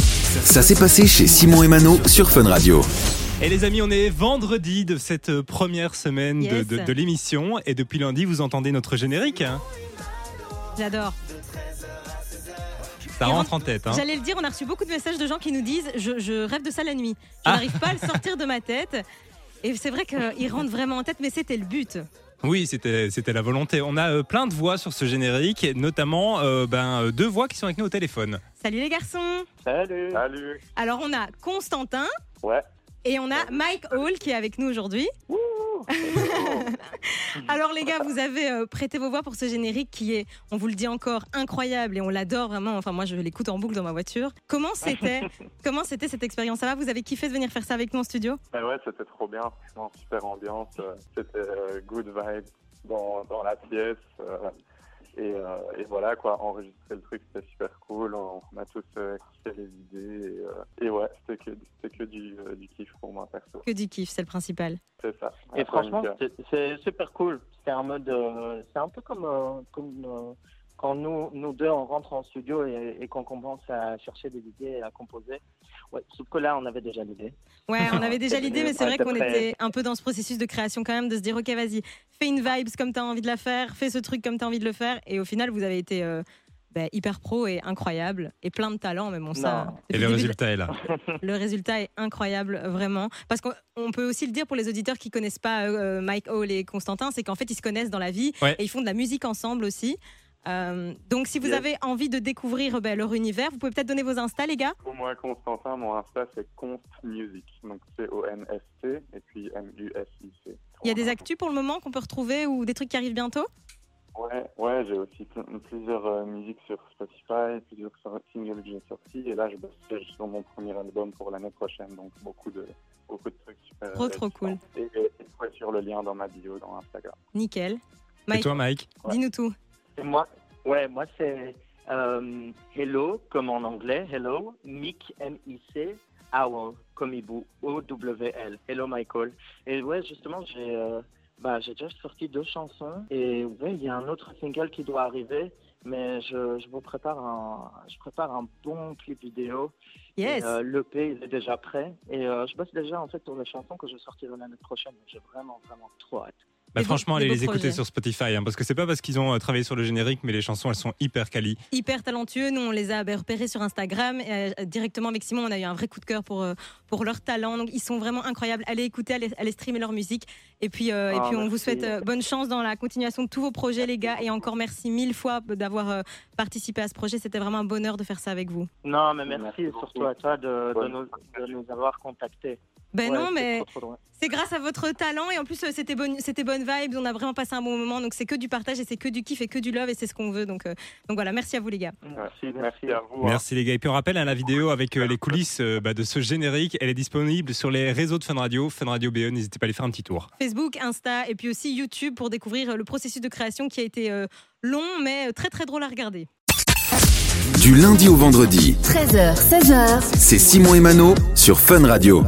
Ça s'est passé chez Simon et Mano sur Fun Radio. Et les amis, on est vendredi de cette première semaine de- Yes. de, de l'émission. Et depuis lundi, vous entendez notre générique. hein. J'adore. Ça Et rentre en tête. hein. J'allais le dire, on a reçu beaucoup de messages de gens qui nous disent je, je rêve de ça la nuit. Je Ah. n'arrive pas à le sortir de ma tête. Et c'est vrai qu'il rentre vraiment en tête, mais c'était le but. Oui, c'était c'était la volonté. On a euh, plein de voix sur ce générique, et notamment euh, ben, euh, deux voix qui sont avec nous au téléphone. Salut les garçons Salut. Salut. Alors on a Constantin Ouais. et on a Mike Hall qui est avec nous aujourd'hui. Alors les gars, vous avez euh, prêté vos voix pour ce générique qui est, on vous le dit encore, incroyable et on l'adore vraiment. Enfin moi je l'écoute en boucle dans ma voiture. Comment c'était Comment c'était cette expérience Ça va Vous avez kiffé de venir faire ça avec nous en studio Mais Ben ouais, c'était trop bien. Franchement, super ambiance. euh, C'était euh, good vibe dans, dans la pièce. euh, et, euh, et voilà, quoi. Enregistrer le truc, c'était super cool. On, on a tous euh, kiffé les idées. Et, euh, et ouais, c'était que, c'était que du, euh, du kiff pour moi, perso. Que du kiff, c'est le principal. C'est ça. Et franchement, Nickel. c'est- c'est super cool. C'est un mode, euh, c'est un peu comme, euh, comme euh, quand nous, nous deux on rentre en studio et, et qu'on commence à chercher des idées et à composer. Ouais, sauf que là, on avait déjà l'idée. Ouais, on avait déjà Ouais, l'idée, mais c'est ouais, vrai qu'on d'après- était un peu dans ce processus de création quand même, de se dire, ok, vas-y, fais une vibes comme t'as envie de la faire, fais ce truc comme t'as envie de le faire. Et au final, vous avez été euh, bah, hyper pro et incroyable, et plein de talent, mais bon, ça. Non. Et depuis le début de- résultat est là. le résultat est incroyable, vraiment. Parce qu'on on peut aussi le dire pour les auditeurs qui connaissent pas euh, Mike Hall et Constantin, c'est qu'en fait, ils se connaissent dans la vie Ouais. et ils font de la musique ensemble aussi. Euh, donc, si vous Yes. avez envie de découvrir euh, bah, leur univers, vous pouvez peut-être donner vos insta, les gars. Pour moi, Constantin, mon Insta, c'est Const Music. Donc C-O-N-S-T et puis M-U-S-I-C. Il y a des Voilà. actus pour le moment qu'on peut retrouver ou des trucs qui arrivent bientôt. Ouais, ouais j'ai aussi pl- plusieurs euh, musiques sur Spotify, plusieurs sor- singles que j'ai sortis. Et là, je bosse sur mon premier album pour l'année prochaine. Donc, beaucoup de, beaucoup de trucs super. Trop, trop différents. Et, et, et ouais, sur le lien dans ma bio, dans Instagram. Nickel. Et Mike, toi, Mike Ouais. dis-nous tout. Et moi, ouais, moi c'est euh, hello comme en anglais, hello, mic M-I-C, owl comme hibou, O-W-L, hello Michael. Et ouais, justement, j'ai euh, bah, j'ai déjà sorti deux chansons et ouais, il y a un autre single qui doit arriver. Mais je, je vous prépare un, je prépare un bon clip vidéo. Yes. Et, euh, L'EP, il est déjà prêt. Et euh, je bosse déjà en fait sur les chansons que je sortirai l'année prochaine. J'ai vraiment, vraiment trop hâte. Bah, Des beaux- franchement, des allez beaux les écouter projets. sur Spotify, hein, parce que c'est pas parce qu'ils ont euh, travaillé sur le générique, mais les chansons, elles sont hyper quali. Hyper talentueux. Nous, on les a ben, repérés sur Instagram. Et, euh, directement avec Simon, on a eu un vrai coup de cœur pour, euh, pour leur talent. Donc, ils sont vraiment incroyables. Allez écouter, allez, allez streamer leur musique. Et puis, euh, et Ah, puis on vous merci. souhaite euh, bonne chance dans la continuation de tous vos projets, les gars. Et encore merci mille fois d'avoir euh, participé à ce projet. C'était vraiment un bonheur de faire ça avec vous. Non, mais Merci merci, beaucoup. surtout à toi de, de, Bonne nous, de nous avoir contactés. Ben Ouais, non, c'est mais trop, trop drôle. c'est grâce à votre talent. Et en plus, euh, c'était bonne, c'était bonne vibe. On a vraiment passé un bon moment. Donc, c'est que du partage et c'est que du kiff et que du love. Et c'est ce qu'on veut. Donc, euh, donc voilà, merci à vous, les gars. Merci, Ouais. merci. à vous. hein. Merci les gars. Et puis on rappelle hein, la vidéo avec euh, les coulisses euh, bah, de ce générique, elle est disponible sur les réseaux de Fun Radio, Fun Radio BE, n'hésitez pas à aller faire un petit tour. Facebook, Insta et puis aussi YouTube pour découvrir le processus de création qui a été euh, long mais très très drôle à regarder. Du lundi au vendredi, 13h, 16h, c'est Simon et Mano sur Fun Radio.